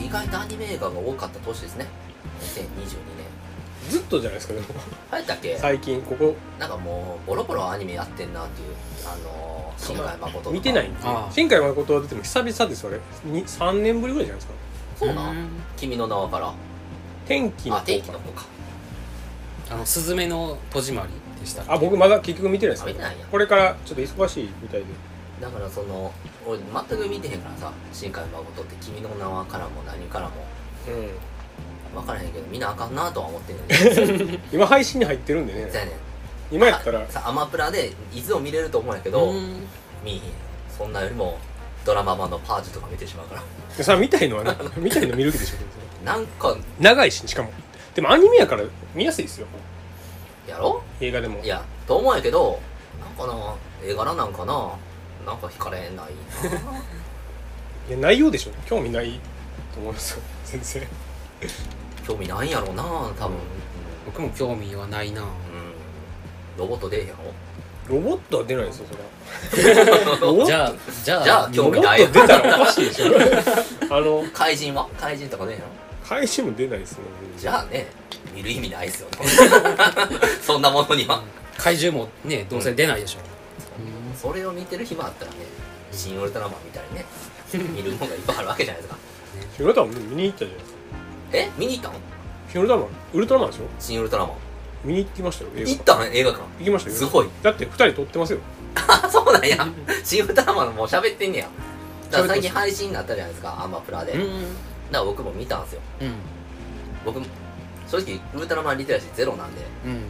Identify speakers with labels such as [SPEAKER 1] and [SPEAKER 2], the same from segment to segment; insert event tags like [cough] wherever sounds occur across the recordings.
[SPEAKER 1] 意外とアニメ映画が多かった年ですね2022年
[SPEAKER 2] ずっとじゃないですかでも
[SPEAKER 1] 流行ったっけ
[SPEAKER 2] 最近ここ
[SPEAKER 1] なんかもうボロボロアニメやってんなっていうあのー新海誠とか
[SPEAKER 2] 見てないんで
[SPEAKER 3] ああ
[SPEAKER 2] 新海誠は出ても久々ですよあれに3年ぶりぐらいじゃないですか
[SPEAKER 1] そうなん君の名はから
[SPEAKER 2] 天気の
[SPEAKER 1] あ天
[SPEAKER 2] 子
[SPEAKER 1] 気
[SPEAKER 2] か
[SPEAKER 1] の子か
[SPEAKER 3] あの「すずめの戸締まり」でしたっけ
[SPEAKER 2] あ僕まだ結局見てないです
[SPEAKER 1] あ見てないんや
[SPEAKER 2] これからちょっと忙しいみたいで
[SPEAKER 1] だからその俺全く見てへんからさ新海誠って君の名はからも何からも
[SPEAKER 2] う
[SPEAKER 1] 分からへんけど見なあかんなとは思
[SPEAKER 2] [laughs]
[SPEAKER 1] ってんねん
[SPEAKER 2] ん今配信に入ってるんでね
[SPEAKER 1] そうやねん
[SPEAKER 2] 今
[SPEAKER 1] [laughs]
[SPEAKER 2] やったら
[SPEAKER 1] さアマプラでいつも見れると思うんやけど
[SPEAKER 3] うん
[SPEAKER 1] 見えへんそんなよりもドラマ版のパージュとか見てしまうから
[SPEAKER 2] さ見たいのはね見たいの見るでしょうけどね
[SPEAKER 1] なんか
[SPEAKER 2] 長いししかもでもアニメやから見やすいですよ
[SPEAKER 1] やろ
[SPEAKER 2] 映画でも
[SPEAKER 1] いやと思うんやけどなんかな絵柄なんかななんか惹かれないな
[SPEAKER 2] [laughs] 内容ないようでしょ興味ないと思いますよ全然
[SPEAKER 1] 興味ないんやろうな多分
[SPEAKER 3] 僕も興味はないな
[SPEAKER 1] うん、ロボット出えへんやろ
[SPEAKER 2] ロボットは出ないですよそれ [laughs]
[SPEAKER 3] [laughs] じゃあじゃあ
[SPEAKER 1] じゃあ
[SPEAKER 2] ロ
[SPEAKER 1] 興味
[SPEAKER 2] ボッ
[SPEAKER 1] ない
[SPEAKER 2] ト出たらおかしいでしょあの
[SPEAKER 1] [laughs] 怪人は怪人とか出えへんやろ
[SPEAKER 2] 配信も出ないですね
[SPEAKER 1] じゃあね見る意味ないです
[SPEAKER 2] [laughs]
[SPEAKER 1] よねそんなものには
[SPEAKER 3] 怪獣もねどうせ出ないでしょ、
[SPEAKER 1] それを見てる暇あったらね「新ウルトラマン」みたいにね
[SPEAKER 2] [laughs]
[SPEAKER 1] 見るものがいっぱいあるわけじゃないですか
[SPEAKER 2] ヒロダマン見に行ったじゃないですか
[SPEAKER 1] え見に行ったの
[SPEAKER 2] ヒロダマンウルトラマンでしょ
[SPEAKER 1] 新ウルトラマン
[SPEAKER 2] 見に行きましたよ映画
[SPEAKER 1] 行ったの映画館
[SPEAKER 2] 行きましたよ
[SPEAKER 1] すごい
[SPEAKER 2] だって二人撮ってますよ
[SPEAKER 1] あそうなんや新ウルトラマンもう喋ってんねやだから最近配信になったじゃないですかアンマプラで、
[SPEAKER 3] うん
[SPEAKER 1] だから僕も見たんですよ
[SPEAKER 3] うん
[SPEAKER 1] 僕も正直ウルトラマンリテラシーゼロなんで
[SPEAKER 3] うん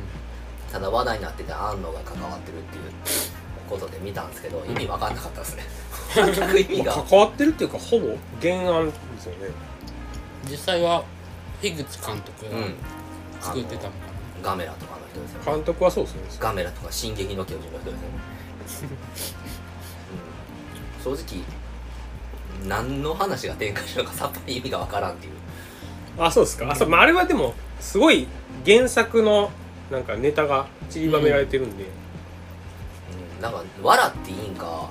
[SPEAKER 1] ただ話題になってて安野が関わってるっていうことで見たんですけど意味わかんなかったですね全く意味
[SPEAKER 2] ま
[SPEAKER 1] が
[SPEAKER 2] あ関わってるっていうかほぼ原案ですよね
[SPEAKER 3] 実際は樋口監督
[SPEAKER 1] う
[SPEAKER 3] が
[SPEAKER 1] ん
[SPEAKER 3] 作ってたのか
[SPEAKER 1] ガメラとかの人ですよね
[SPEAKER 2] 監督はそうですね
[SPEAKER 1] ガメラとか「進撃の巨人」の人ですよね、うん、正直何の話が展開したのかさっぱり意味がわからんっていう
[SPEAKER 2] あそうですか、あそうまあ、あれはでもすごい原作のなんかネタが散りばめられてるんで、
[SPEAKER 1] うんなんか笑っていいんか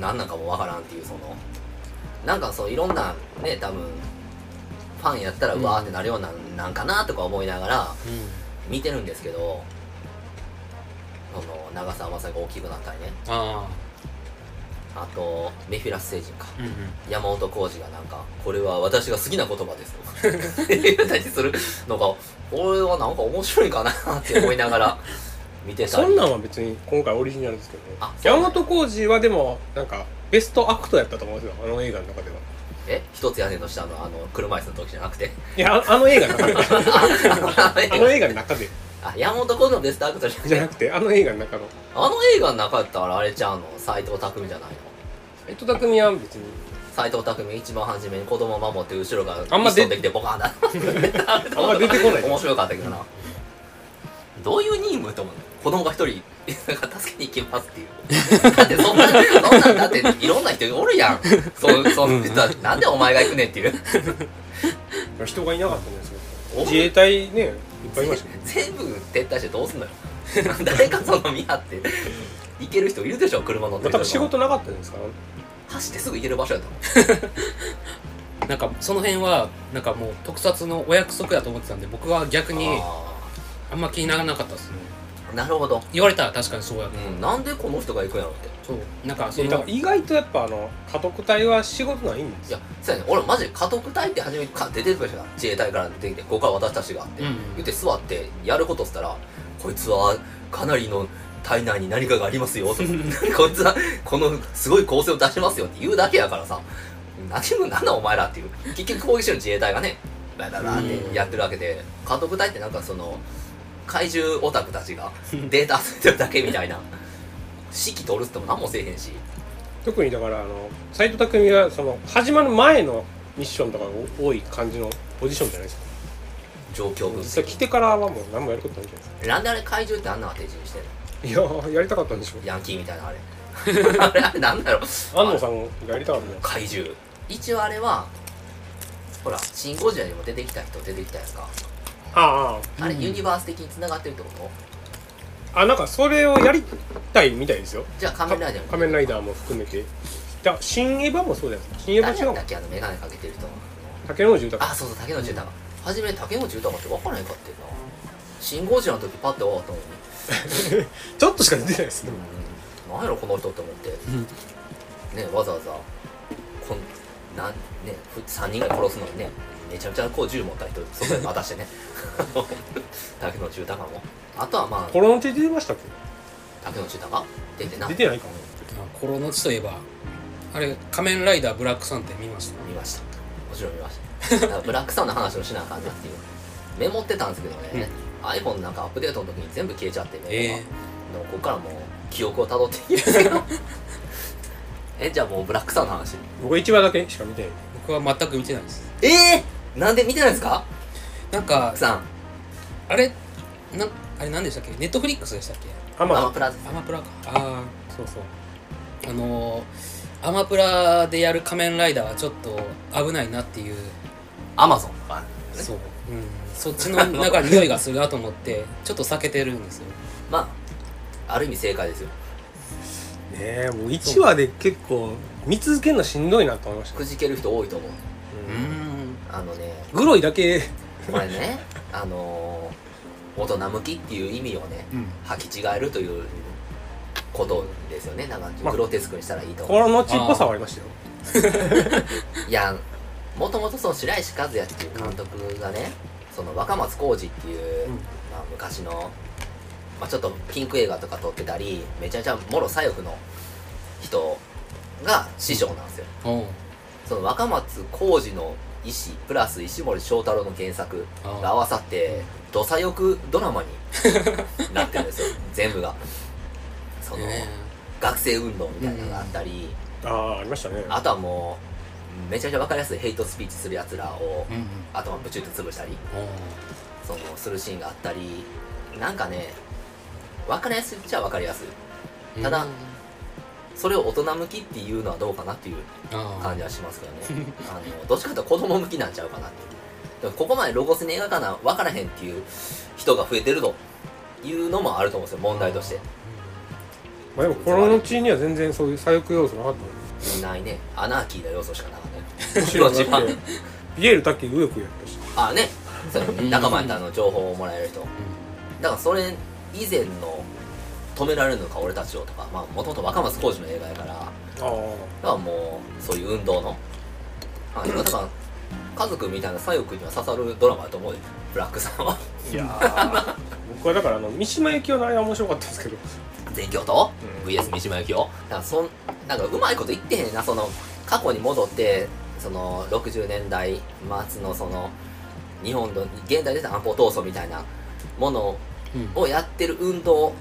[SPEAKER 1] 何なんかもわからんっていうそのなんかそういろんなね多分ファンやったら
[SPEAKER 3] うん
[SPEAKER 1] うわーってなるような、なんかなとか思いながら
[SPEAKER 3] な、
[SPEAKER 1] 見てるんですけどその長澤まさみが大きくなったりね
[SPEAKER 3] あ
[SPEAKER 1] あとメフィラス星人か
[SPEAKER 3] あうんうん
[SPEAKER 1] 山本浩二がなんか「これは私が好きな言葉です」とか言ったりするのが俺はなんか面白いかなって思いながら見てたり
[SPEAKER 2] そんなんは別に今回オリジナルですけどね
[SPEAKER 1] あそうなん
[SPEAKER 2] 山
[SPEAKER 1] や
[SPEAKER 2] 本浩二はでもなんかベストアクトやったと思うんですよあの映画の中では
[SPEAKER 1] え一つ屋根の下のあの車椅子の時じゃなくて
[SPEAKER 2] いやああの映画の [laughs] 中であの映画の中で
[SPEAKER 1] あ山本浩二のベストアクトじゃなく
[SPEAKER 2] じゃな
[SPEAKER 1] て
[SPEAKER 2] くてあの映画の中の
[SPEAKER 1] あの映画の中やったらあれちゃうの斎藤工じゃないの
[SPEAKER 2] 伊藤匠は別に
[SPEAKER 1] 斎藤匠一番初めに子供を守って後ろが
[SPEAKER 2] あんま
[SPEAKER 1] ピスト
[SPEAKER 2] 出
[SPEAKER 1] ンできてボカーンだ
[SPEAKER 2] あんま出てこない
[SPEAKER 1] 面白かったけどなどういう任務と思うの子供が一人なんか助けに行きますっていうだってそんなそんなんだっていろんな人おるやんそうそんななんでお前が行くねんっていう
[SPEAKER 2] 人がいなかったんですよ
[SPEAKER 1] お
[SPEAKER 2] 自衛隊ねいっぱいいましたね
[SPEAKER 1] 全部撤退してどうすんのよ誰かその見合って行ける人いるでしょ車乗ってる
[SPEAKER 2] まあ多
[SPEAKER 1] 人
[SPEAKER 2] 分仕事なかったんですから
[SPEAKER 1] 走ってすぐ行ける場所やったもん
[SPEAKER 3] なんかその辺はなんかもう特撮のお約束やと思ってたんで僕は逆に
[SPEAKER 1] あ
[SPEAKER 3] あんま気にならなかったですね
[SPEAKER 1] ーなるほど、
[SPEAKER 3] 言われたら確かにそうやね
[SPEAKER 1] うん、なんでこの人が行くんやろって
[SPEAKER 3] そうなんかそ
[SPEAKER 2] えだか
[SPEAKER 3] の
[SPEAKER 2] ら意外とやっぱあの家督隊は仕事ないんです
[SPEAKER 1] い
[SPEAKER 2] よ
[SPEAKER 1] や、そうやねん、俺マジで家督隊って初めか出てくるじゃん自衛隊から出てきて、ここから私たちがあって、
[SPEAKER 3] うん
[SPEAKER 1] 言って座ってやることっつったら、こいつはかなりの体内に何かがあります
[SPEAKER 2] [laughs]
[SPEAKER 1] よとか、こいつはこのすごい構成を出しますよって言うだけやからさ、何もなんだお前らっていう、結局攻撃してる自衛隊がね、バラバラってやってるわけで、家督隊ってなんかその、怪獣オタクた
[SPEAKER 2] [laughs]
[SPEAKER 1] ちがデータ集めてるだけみたいな、指揮取るっつっても何もせえへんし、
[SPEAKER 2] 特にだからあの斎藤匠はその始まる前のミッションとかが多い感じのポジションじゃないですか
[SPEAKER 1] 状況分
[SPEAKER 2] 実際来
[SPEAKER 1] 析。
[SPEAKER 2] てからはもう何もやることないじゃない
[SPEAKER 1] なんであれ怪獣ってあんな当て字にしてんの
[SPEAKER 2] ですかいやーやりたかったんでしょ
[SPEAKER 1] ヤンキーみたい
[SPEAKER 2] [laughs]
[SPEAKER 1] なあれあれあれなんだろう
[SPEAKER 2] 安野さんがやりたかったんじゃない
[SPEAKER 1] 怪獣一応あれはほら「シン・ゴジラ」にも出てきた人出てきたやんか
[SPEAKER 2] あ
[SPEAKER 1] あれ、
[SPEAKER 3] うん
[SPEAKER 1] ユニバース的に繋がってるってこと
[SPEAKER 2] ああなんかそれをやりたいみたいですよ
[SPEAKER 1] じゃあ仮面ライダーも
[SPEAKER 2] 仮面ライダーも含めてだ新エヴァもそうじゃないですか新エヴァ
[SPEAKER 1] 誰
[SPEAKER 2] 違
[SPEAKER 1] やっ
[SPEAKER 2] うも
[SPEAKER 1] た
[SPEAKER 2] ん
[SPEAKER 1] っけあの眼鏡かけてる人
[SPEAKER 2] 竹野内豊
[SPEAKER 1] あそうそう竹野内豊初め竹野内豊って分からへんかってんな「シン・ゴジラ」の時パッて分かったのに
[SPEAKER 2] ちょっとしか出てないですね
[SPEAKER 1] うんなんやろこの人って思って
[SPEAKER 3] うん
[SPEAKER 1] ねわざわざこんなんねふ3人が殺すのにねめちゃめちゃこう銃持った人外に渡してね [laughs] 竹野内豊もあとはまあ
[SPEAKER 2] コロナ出てましたっけ
[SPEAKER 1] 竹野内豊出てな
[SPEAKER 2] 出
[SPEAKER 1] 見
[SPEAKER 2] てないかな
[SPEAKER 3] コロの地といえばあれ「仮面ライダーブラックサン」テ見ました
[SPEAKER 1] ましたもちろん見ましただからブラックさんの話をしなあかんなっていうメモってたんですけどね、iPhone なんかアップデートの時に全部消えちゃってメモが、
[SPEAKER 3] え
[SPEAKER 1] でもここからもう記憶をたどっていいんですけど [laughs] えじゃあもうブラックさんの話
[SPEAKER 2] 僕1話だけしか見てない
[SPEAKER 3] 僕は全く見てないです
[SPEAKER 1] ええー、なんで見てないんですか
[SPEAKER 3] なんか
[SPEAKER 1] さん
[SPEAKER 3] あれなあれ何でしたっけネットフリックスでしたっけ
[SPEAKER 2] あま
[SPEAKER 1] アマ
[SPEAKER 2] あ
[SPEAKER 1] プラ
[SPEAKER 3] アマプラかああそうそうあのー、アマプラでやる仮面ライダーはちょっと危ないなっていう
[SPEAKER 1] アマゾン
[SPEAKER 3] そう、うん、そっち
[SPEAKER 1] [laughs]
[SPEAKER 3] のなんか匂いがするなと思ってちょっと避けてるんですよ
[SPEAKER 1] まあある意味正解ですよ
[SPEAKER 2] ねえもう1話で結構見続けるのしんどいなと思いました、
[SPEAKER 1] くじける人多いと思う
[SPEAKER 3] う
[SPEAKER 2] うん
[SPEAKER 3] ん
[SPEAKER 1] あのね
[SPEAKER 2] グロいだ [laughs] け
[SPEAKER 1] これねあのー大人向きっていう意味をね
[SPEAKER 3] うん
[SPEAKER 1] 履き違えるということですよねなんか
[SPEAKER 2] まあ
[SPEAKER 1] グロテスクにしたらいいと思う、
[SPEAKER 2] 心のちっぽさはありましたよ
[SPEAKER 1] いやもともとその白石和也っていう監督がねその若松浩二っていう、
[SPEAKER 2] うん
[SPEAKER 1] まあ、昔の、まあ、ちょっとピンク映画とか撮ってたりめちゃめちゃもろ左翼の人が師匠なんですよ
[SPEAKER 3] おう
[SPEAKER 1] その若松浩二の意思プラス石森章太郎の原作が合わさって土左翼ドラマになってるんですよ全部がその、
[SPEAKER 3] ね
[SPEAKER 1] 学生運動みたいなのがあったり、
[SPEAKER 2] ああありましたね
[SPEAKER 1] あとはもうめちゃめちゃ分かりやすいヘイトスピーチするやつらを
[SPEAKER 3] うんうん
[SPEAKER 1] 頭ブチュッと潰したり
[SPEAKER 3] おう
[SPEAKER 1] そのするシーンがあったりなんかね分かりやすいっちゃ分かりやすいただ
[SPEAKER 3] うん
[SPEAKER 1] それを大人向きっていうのはどうかなっていう
[SPEAKER 3] あ
[SPEAKER 1] 感じはしますけどねあのどっちかというと子供向きなんちゃうかなっていうでもここまでロゴスに描かな分からへんっていう人が増えてるというのもあると思うんですよ問題として
[SPEAKER 2] まあ、でも心のちには全然そういう左翼要素なか [laughs] ったのに
[SPEAKER 1] ないねアナーキーな要素しかなかったよ
[SPEAKER 2] 白
[SPEAKER 1] 広
[SPEAKER 2] だ
[SPEAKER 1] 島
[SPEAKER 2] ってピエール滝右翼やったし
[SPEAKER 1] あねそう仲間やったらあの情報をもらえる人
[SPEAKER 3] う
[SPEAKER 1] だからそれ以前の「止められるのか俺たちを」とかもともと若松浩二の映画やからだか
[SPEAKER 2] ああ
[SPEAKER 1] らもうそういう運動の話だから家族みたいな左翼には刺さるドラマだと思うよブラックさんは
[SPEAKER 2] いやー [laughs] 僕はだからあの三島由紀夫のあれは面白かったんですけど
[SPEAKER 1] 全教と
[SPEAKER 2] うん
[SPEAKER 1] VS 三島由紀夫だからそんなんかうまいこと言ってへんなその過去に戻ってその60年代末のその日本の現代で言うと安保闘争みたいなもの
[SPEAKER 3] んうん
[SPEAKER 1] をやってる運動
[SPEAKER 3] うん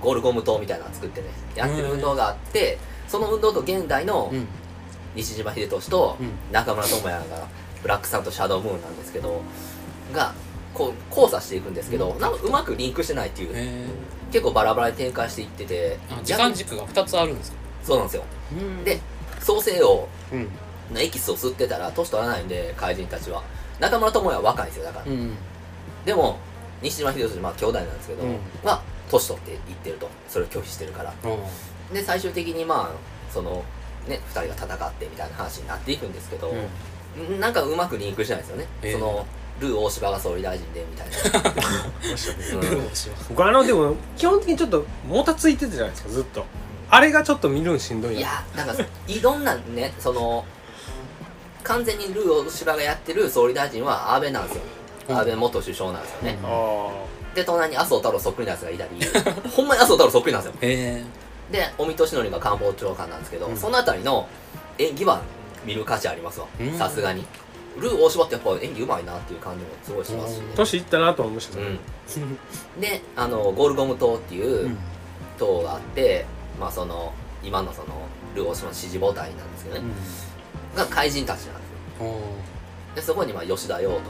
[SPEAKER 1] ゴルゴム島みたいなの作ってねやってる運動があって、その運動と現代の
[SPEAKER 3] うん
[SPEAKER 1] 西島秀俊と
[SPEAKER 3] うん
[SPEAKER 1] 中村智也がブラックさんとシャドームーンなんですけどがこう交差していくんですけど、なんかうまくリンクしてないっていう
[SPEAKER 3] え
[SPEAKER 1] 結構バラバラに展開していってて
[SPEAKER 3] ーあ時間
[SPEAKER 1] 逆
[SPEAKER 3] 軸が2つあるんですよ
[SPEAKER 1] そうなんですよ
[SPEAKER 3] うん
[SPEAKER 1] で創世王
[SPEAKER 3] うん
[SPEAKER 1] のエキスを吸ってたら年取らないんで怪人たちは中村智也は若いんですよだから、
[SPEAKER 3] うん
[SPEAKER 1] でも西島秀俊まあ兄弟なんですけど、
[SPEAKER 3] うん
[SPEAKER 1] は年取っていってるとそれを拒否してるから
[SPEAKER 3] おう
[SPEAKER 1] で最終的にまあそのね2人が戦ってみたいな話になっていくんですけど、
[SPEAKER 3] うん
[SPEAKER 1] んなんかうまくリンクしないですよね、
[SPEAKER 3] ええ
[SPEAKER 1] そのルー大柴が総理大臣でみたい
[SPEAKER 3] [laughs]
[SPEAKER 1] な、うん
[SPEAKER 3] どうしよう
[SPEAKER 2] 僕あのでも基本的にちょっともたついてたじゃないですかずっとあれがちょっと見るのしんどいない
[SPEAKER 1] やなんかいろんな
[SPEAKER 3] [laughs]
[SPEAKER 1] ねその完全にルー大柴がやってる総理大臣は安倍なんですよ
[SPEAKER 3] うん
[SPEAKER 1] 安倍元首相なんですよね、
[SPEAKER 2] ああ
[SPEAKER 1] で隣に麻生太郎そっくりな [laughs] やつがいたりほんまに麻生太郎そっくりなんですよ
[SPEAKER 3] え
[SPEAKER 1] で尾身俊則が官房長官なんですけど、
[SPEAKER 3] うん
[SPEAKER 1] そのあたりの演技は見る価値ありますわ
[SPEAKER 3] うん
[SPEAKER 1] さすがにルー大柴ってやっぱ演技うまいなっていう感じもすごいしますしね
[SPEAKER 2] 年いったなと思いました
[SPEAKER 1] う
[SPEAKER 2] ね、
[SPEAKER 1] ん、
[SPEAKER 3] えー
[SPEAKER 1] であのゴルゴム島っていううん島があって、まあその今のそのルー大島の支持母体なんですけどね、が怪人たちなんですよ
[SPEAKER 3] おう
[SPEAKER 1] でそこにまあ吉田羊とかね、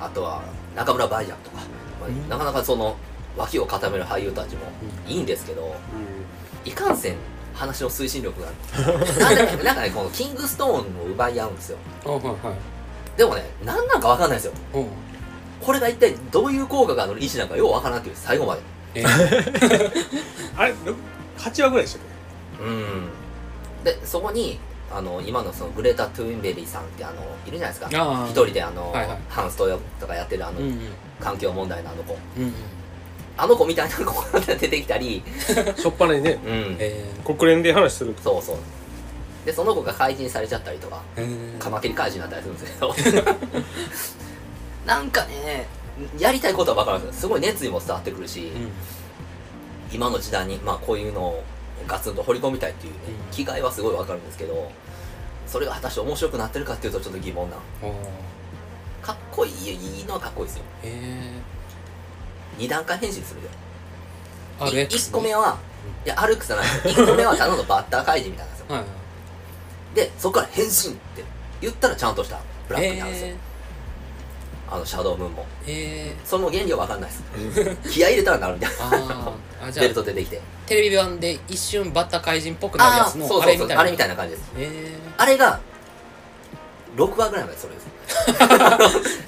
[SPEAKER 3] うん
[SPEAKER 1] あとは中村バイジャンとか、まあ
[SPEAKER 3] うん
[SPEAKER 1] なかなかその脇を固める俳優たちもいいんですけどいかんせん話の推進力
[SPEAKER 3] [laughs]
[SPEAKER 1] があるなんでなんかねこのキングストーンを奪い合うんですよ
[SPEAKER 3] あはいはい
[SPEAKER 1] でもね何なんかわかんないですよ
[SPEAKER 3] おう
[SPEAKER 1] これが一体どういう効果がある意思なんかようわからんっていう最後まで [laughs]
[SPEAKER 3] えー
[SPEAKER 2] あれ8話ぐらいでしたっ
[SPEAKER 1] うんでそこにあの今のそのグレタ・トゥーンベリーさんってあのいるじゃないですか
[SPEAKER 3] ああ
[SPEAKER 1] 一人であの、
[SPEAKER 3] はいはい
[SPEAKER 1] ハンストヨとかやってるあの、
[SPEAKER 3] うんうん
[SPEAKER 1] 環境問題のあの子
[SPEAKER 3] うんうん
[SPEAKER 1] あの子みたいな子が出てきたり、
[SPEAKER 2] しょっぱなにね
[SPEAKER 1] うん、
[SPEAKER 3] え
[SPEAKER 2] 国連で話する
[SPEAKER 1] そうそうでその子が怪人されちゃったりとか
[SPEAKER 3] ーえー
[SPEAKER 1] カマキリ怪人になったりするんですけど [laughs] なんかねやりたいことは分かるんですよすごい熱意も伝わってくるし、
[SPEAKER 3] うん
[SPEAKER 1] 今の時代に、まあ、こういうのをガツンと掘り込みたいっていう、ね
[SPEAKER 3] うん
[SPEAKER 1] 気概はすごい分かるんですけどそれが果たして面白くなってるかっていうとちょっと疑問な
[SPEAKER 3] あー
[SPEAKER 1] かっこいいいいのはかっこいいですよ
[SPEAKER 3] え
[SPEAKER 1] 二段階変身するで
[SPEAKER 3] ー RX
[SPEAKER 1] 1個目はいや RX じゃないです1個目はただのバッター怪人みたいなんですよ
[SPEAKER 3] はいはい
[SPEAKER 1] でそこから変身って言ったらちゃんとしたブラックになるんですよ、
[SPEAKER 3] え
[SPEAKER 1] あのシャドウムーンも
[SPEAKER 3] ーえー
[SPEAKER 1] その原理は分かんないで
[SPEAKER 3] [laughs]
[SPEAKER 1] す気合い入れたらなるみたいな
[SPEAKER 3] あー
[SPEAKER 1] [laughs]
[SPEAKER 3] あじゃ
[SPEAKER 1] ベル
[SPEAKER 3] あ
[SPEAKER 1] ト出てきて
[SPEAKER 3] テレビ版で一瞬バッタ怪人っぽくなるや
[SPEAKER 1] ああ
[SPEAKER 3] つ
[SPEAKER 1] ー
[SPEAKER 3] の
[SPEAKER 1] そう
[SPEAKER 3] あ
[SPEAKER 1] そう
[SPEAKER 3] れ
[SPEAKER 1] そ
[SPEAKER 3] み
[SPEAKER 1] う
[SPEAKER 3] たい
[SPEAKER 1] あ
[SPEAKER 3] な
[SPEAKER 1] れみたいな感じです
[SPEAKER 3] え
[SPEAKER 1] あれが6話ぐらいまでそれです
[SPEAKER 3] [laughs]
[SPEAKER 1] だか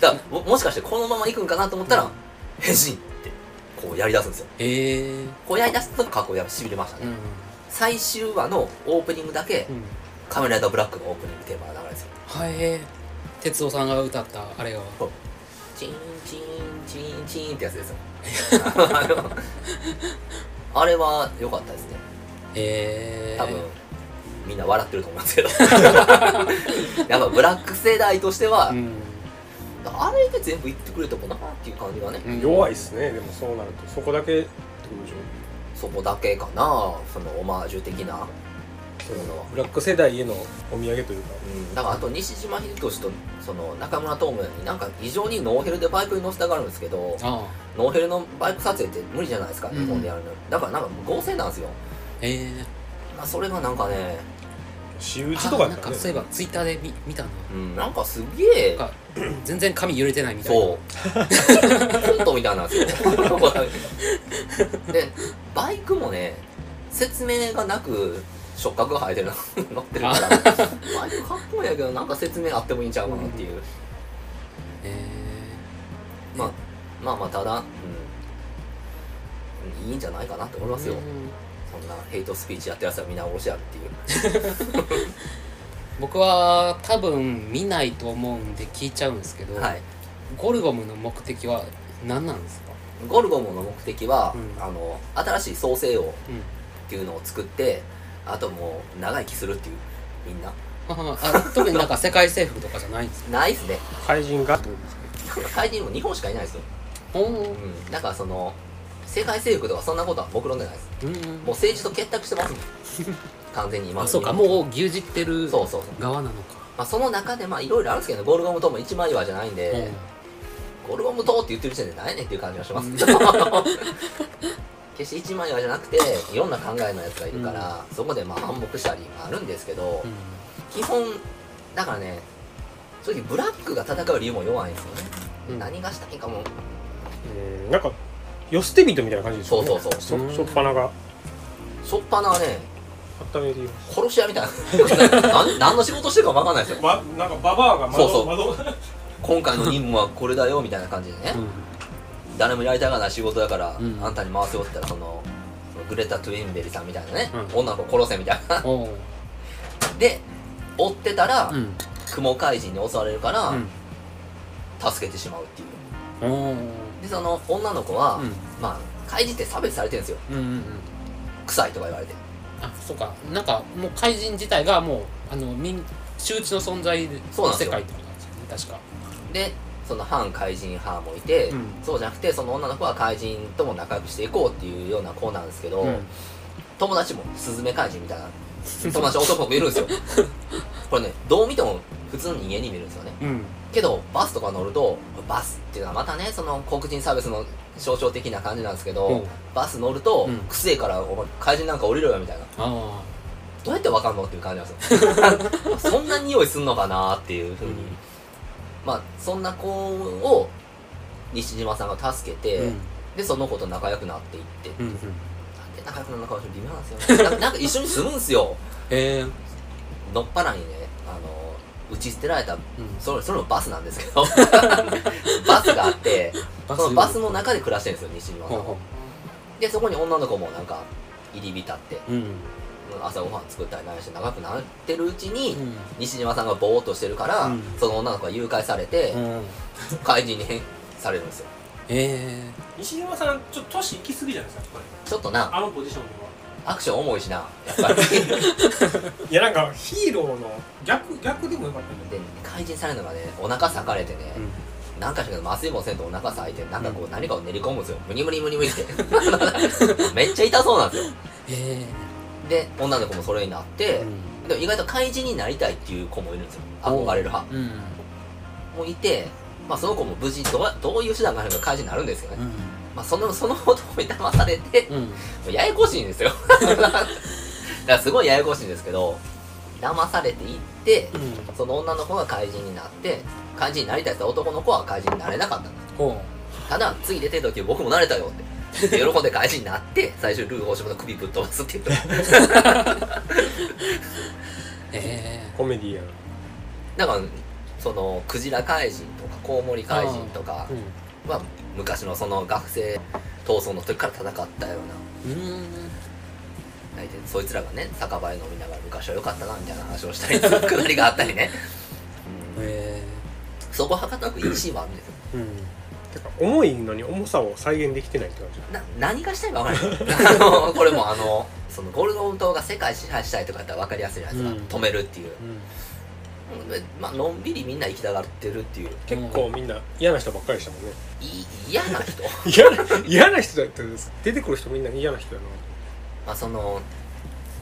[SPEAKER 1] らももしかしてこのままいくんかなと思ったら変身ってこうやりだすんですよ
[SPEAKER 3] ーえー
[SPEAKER 1] こうやりだすとかっこいいやしびれましたね、
[SPEAKER 3] うん
[SPEAKER 1] 最終話のオープニングだけ
[SPEAKER 3] うん
[SPEAKER 1] 「仮面ライダーブラック」のオープニングテーマが流れてる
[SPEAKER 3] はいえー哲夫さんが歌ったあれが
[SPEAKER 1] チンチンチンチンってやつですよ [laughs] あのあれは良かったですね
[SPEAKER 3] えー
[SPEAKER 1] 多分、みんな笑ってると思うんです
[SPEAKER 3] [laughs]
[SPEAKER 1] けどやっぱブラック世代としては、あれで全部言ってくれたもなっていう感じがね、
[SPEAKER 3] うん
[SPEAKER 2] 弱い
[SPEAKER 3] い
[SPEAKER 2] っすねでもそうなるとそこだけってことでしょ
[SPEAKER 1] そこだけかなそのオマージュ的な、
[SPEAKER 2] そ
[SPEAKER 1] そういうのは
[SPEAKER 2] のブラック世代へのお土産というか
[SPEAKER 1] うん、だからあと西島秀俊とその中村智也になんか異常にノーヘルでバイクに乗せたがるんですけど
[SPEAKER 3] ああ
[SPEAKER 1] ノーヘルのバイク撮影って無理じゃないですか
[SPEAKER 3] うん
[SPEAKER 1] 日本でやるの、だからなんかもう合成なんですよ、
[SPEAKER 3] ええ
[SPEAKER 1] まあ、それがなんかね、
[SPEAKER 2] 私有地とかや
[SPEAKER 3] なん
[SPEAKER 2] った
[SPEAKER 3] からそういえ
[SPEAKER 2] ね
[SPEAKER 3] ばツイッターで見見たな
[SPEAKER 1] うん、なんかすげえ
[SPEAKER 3] なんか全然髪揺れてないみたいな
[SPEAKER 1] そうコントみたいなんですよ [laughs] でバイクもね説明がなく触覚が生えてるな [laughs] 乗ってるからバイクかっこいいやけどなんか説明あってもいいんちゃうかなっていう、
[SPEAKER 3] え
[SPEAKER 1] まあまあまあただ、うん、いいんじゃないかなと思い
[SPEAKER 3] え
[SPEAKER 1] ますよ、
[SPEAKER 3] うん
[SPEAKER 1] そんなヘイトスピーチやってるやつはみんな殺しやるっていう
[SPEAKER 3] 僕は多分見ないと思うんで聞いちゃうんですけど、
[SPEAKER 1] はい
[SPEAKER 3] ゴルゴムの目的は何なんですか、
[SPEAKER 1] ゴルゴムの目的は、
[SPEAKER 3] うん
[SPEAKER 1] あの新しい創世王っ
[SPEAKER 3] うん
[SPEAKER 1] ていうのを作ってあともう長生きするっていうみんな
[SPEAKER 3] ああ特になんか世界征服とかじゃない
[SPEAKER 1] [laughs]
[SPEAKER 3] んですか
[SPEAKER 1] ないっすね
[SPEAKER 2] 怪人がってことですか
[SPEAKER 1] 怪人も日本しかいないですよ、
[SPEAKER 3] おー
[SPEAKER 1] うん、だからその世界征服とかそんなことは僕論じゃないです
[SPEAKER 3] うん
[SPEAKER 1] もう政治と結託してますもん完全に今の
[SPEAKER 3] あ
[SPEAKER 1] 日
[SPEAKER 3] そう
[SPEAKER 1] 本
[SPEAKER 3] かもう牛耳ってる
[SPEAKER 1] そうそうそう、
[SPEAKER 3] 側なのか
[SPEAKER 1] まあ、その中でまあいろいろあるんですけどゴルゴム島も一枚岩じゃないんで、ゴルゴム島って言ってる時点で何やねんっていう感じがします [laughs] 決して一枚岩じゃなくていろんな考えのやつがいるから、そこでまあ反目したりもあるんですけど、
[SPEAKER 3] うん
[SPEAKER 1] 基本だからね正直ブラックが戦う理由も弱いんですよね、
[SPEAKER 3] うん
[SPEAKER 1] 何がしたいかも
[SPEAKER 2] うんなんか寄捨て人みたいな感じですよね
[SPEAKER 1] そうそう
[SPEAKER 3] そう
[SPEAKER 2] しょっぱなが
[SPEAKER 1] しょっぱなはね
[SPEAKER 2] 温めています
[SPEAKER 1] 殺し屋みたいな [laughs] なん何の仕事してるか分かんないですよ
[SPEAKER 2] ま、なんかババアが
[SPEAKER 1] そうそう
[SPEAKER 2] 窓窓
[SPEAKER 1] 今回の任務はこれだよみたいな感じでね、誰もやりたがらない仕事だから、
[SPEAKER 3] うん
[SPEAKER 1] あんたに回すよって言ったらそのグレタ・トゥインベリさんみたいなね、
[SPEAKER 3] うん
[SPEAKER 1] 女の子殺せみたいな [laughs]
[SPEAKER 3] おー
[SPEAKER 1] で追ってたら、
[SPEAKER 3] うん
[SPEAKER 1] 雲怪人に襲われるから、
[SPEAKER 3] うん
[SPEAKER 1] 助けてしまうっていう
[SPEAKER 3] おー
[SPEAKER 1] でその女の子は、
[SPEAKER 3] うん
[SPEAKER 1] まあ怪人って差別されてるんですよ
[SPEAKER 3] うんうんうん
[SPEAKER 1] 臭いとか言われて
[SPEAKER 3] あそうかなんかもう怪人自体がもうあの民周知の存在で
[SPEAKER 1] そうなんです
[SPEAKER 3] 世
[SPEAKER 1] よ
[SPEAKER 3] 界ってことなんですよね確か
[SPEAKER 1] でその反怪人派もいて、
[SPEAKER 3] うん
[SPEAKER 1] そうじゃなくてその女の子は怪人とも仲良くしていこうっていうような子なんですけど、友達もスズメ怪人みたいな友達男の子いるんで
[SPEAKER 3] [laughs]
[SPEAKER 1] すよこれねどう見ても普通の人間に見えるんですよね
[SPEAKER 3] うん
[SPEAKER 1] けどバスとか乗るとバスっていうのはまたねその黒人差別の象徴的な感じなんですけど、
[SPEAKER 3] うん
[SPEAKER 1] バス乗ると、
[SPEAKER 3] うん
[SPEAKER 1] くせえからお前怪人なんか降りろよみたいな
[SPEAKER 3] あ
[SPEAKER 1] どうやってわかんのっていう感じなんです
[SPEAKER 3] [laughs]
[SPEAKER 1] よ [laughs] そんな匂いすんのかなっていう
[SPEAKER 3] あ
[SPEAKER 1] ふうに、まあそんな子を西島さんが助けて、
[SPEAKER 3] うん
[SPEAKER 1] でその子と仲良くなっていって、
[SPEAKER 3] うんうん
[SPEAKER 1] なんで仲良くなるのかはちょっと微妙なんですよね
[SPEAKER 3] [laughs]
[SPEAKER 1] なんかなんか一緒に住むんですよ
[SPEAKER 3] ええ
[SPEAKER 1] のっぱらにねあの打ち捨てられた
[SPEAKER 3] うん
[SPEAKER 1] それそれもバスなんですけ
[SPEAKER 3] [laughs]
[SPEAKER 1] どバスがあってそのバスの中で暮らしてるんですよ西島さ
[SPEAKER 3] ほうん
[SPEAKER 1] は
[SPEAKER 3] ほ
[SPEAKER 1] でそこに女の子もなんか入り浸って
[SPEAKER 3] ううん
[SPEAKER 1] 朝ごはん作ったり何して長くなってるうちに、
[SPEAKER 3] うん
[SPEAKER 1] 西島さんがぼーっとしてるから、
[SPEAKER 3] うん
[SPEAKER 1] その女の子が誘拐されて、
[SPEAKER 3] うん
[SPEAKER 1] 怪人に変されるんですよ
[SPEAKER 3] え
[SPEAKER 4] [laughs] 西島さんちょっと年行き過ぎじゃないですかこれ
[SPEAKER 1] ちょっとな
[SPEAKER 4] あのポジションでは
[SPEAKER 1] アクション重いしなやっぱり [laughs]
[SPEAKER 2] いやなんか
[SPEAKER 4] ヒーローの逆逆でもよかったんだよ
[SPEAKER 1] で怪人されるのがねお腹裂かれてね、なんかしか麻酔もせんとお腹裂いてなんかこう何かを練り込むんですよムニムニムニ [laughs] ムニってめっちゃ痛そうなんですよ
[SPEAKER 3] ええ
[SPEAKER 1] で女の子もそれになって
[SPEAKER 3] え、
[SPEAKER 1] でも意外と怪人になりたいっていう子もいるんですよ憧れる派
[SPEAKER 3] うん
[SPEAKER 1] もいて、まあ、その子も無事どうどういう手段があれば怪人になるんですよね、
[SPEAKER 3] うん
[SPEAKER 1] まあ、そのその男に騙されて
[SPEAKER 3] うん
[SPEAKER 1] もうややこしいん [laughs] ですよだからすごいややこしいんですけど騙されていって
[SPEAKER 3] うん
[SPEAKER 1] その女の子が怪人になって怪人になりたいって男の子は怪人になれなかったんです
[SPEAKER 3] ほ
[SPEAKER 1] ただ次出てる時僕もなれたよってで喜んで怪人になって最終ルー大島の首ぶっ飛ばすっていう
[SPEAKER 3] うえ
[SPEAKER 2] コメディアン
[SPEAKER 1] だからそのクジラ怪人とかコウモリ怪人とかは昔のその学生闘争の時から戦ったような
[SPEAKER 3] えうん
[SPEAKER 1] 相手そいつらがね酒場へ飲みながら昔は良かったなみたいな話をしたりするくだりがあったりね、うん
[SPEAKER 3] え
[SPEAKER 1] そこはかたくいいシーンもあるんですよ
[SPEAKER 3] えうん
[SPEAKER 2] てか重いのに重さを再現できてないって感じ
[SPEAKER 1] な何がしたいか分
[SPEAKER 3] [laughs]
[SPEAKER 1] からないあのこれもあのそのゴルゴン島が世界支配したいとかやったら分かりやすいじゃないですか、
[SPEAKER 3] う
[SPEAKER 1] 止めるっていう、
[SPEAKER 3] うん
[SPEAKER 1] でまあのんびりみんな行きたがってるっていう
[SPEAKER 2] 結構みんな嫌な人ばっかりでしたもんね
[SPEAKER 1] い嫌な
[SPEAKER 3] [laughs]
[SPEAKER 1] 人
[SPEAKER 2] 嫌な嫌な人だったんです出てくる人みんな嫌な人やな
[SPEAKER 1] まあその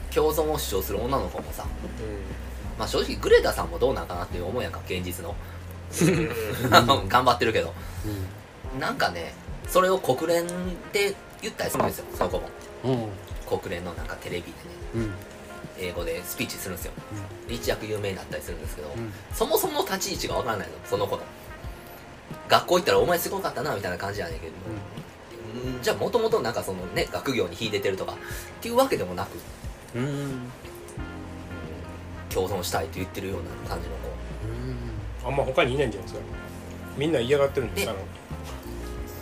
[SPEAKER 1] 共存を主張する女の子もさ、まあ、正直グレタさんもどうなんかなっていう思いやんか現実の [laughs] 頑張ってるけどなんかねそれを国連で言ったりするんですよその子も
[SPEAKER 3] うんうん
[SPEAKER 1] 国連のなんかテレビでね
[SPEAKER 3] うん
[SPEAKER 1] 英語でスピーチするんですよ、一躍有名になったりするんですけど、
[SPEAKER 3] うん
[SPEAKER 1] そもそも立ち位置がわからないのその子の学校行ったらお前すごかったなみたいな感じやねんけど、うんじゃあもともとなんかそのね学業に秀でてるとかっていうわけでもなく
[SPEAKER 3] うんうん
[SPEAKER 1] 共存したいと言ってるような感じの子
[SPEAKER 2] あんま他にいないんじゃないですかみんな嫌がってるんですかあの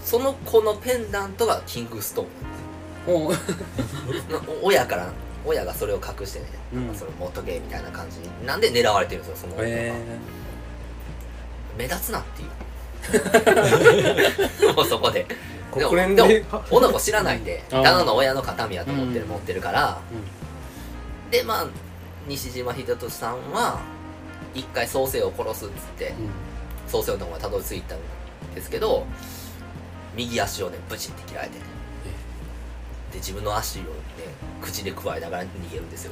[SPEAKER 1] その子のペンダントがキングストーン
[SPEAKER 3] ほう
[SPEAKER 1] な親から親がそれを隠してね、
[SPEAKER 3] うん
[SPEAKER 1] それ持っとけみたいな感じになんで狙われてるんですよその女が、
[SPEAKER 3] え
[SPEAKER 1] 目立つなっていうもうそこで
[SPEAKER 2] 国連
[SPEAKER 1] でも
[SPEAKER 2] で
[SPEAKER 1] も女の子知らないんで
[SPEAKER 3] あー
[SPEAKER 1] ただの親の形見やと思ってる、
[SPEAKER 3] うん
[SPEAKER 1] 持ってるから、でまあ西島秀俊さんは一回宗生を殺すっつって
[SPEAKER 3] えうん
[SPEAKER 1] 宗生のとこまでたどり着いたんですけど右足をねブチって切られてねで自分の足をね口でくわえながら逃げるん
[SPEAKER 3] [laughs]
[SPEAKER 1] ですよ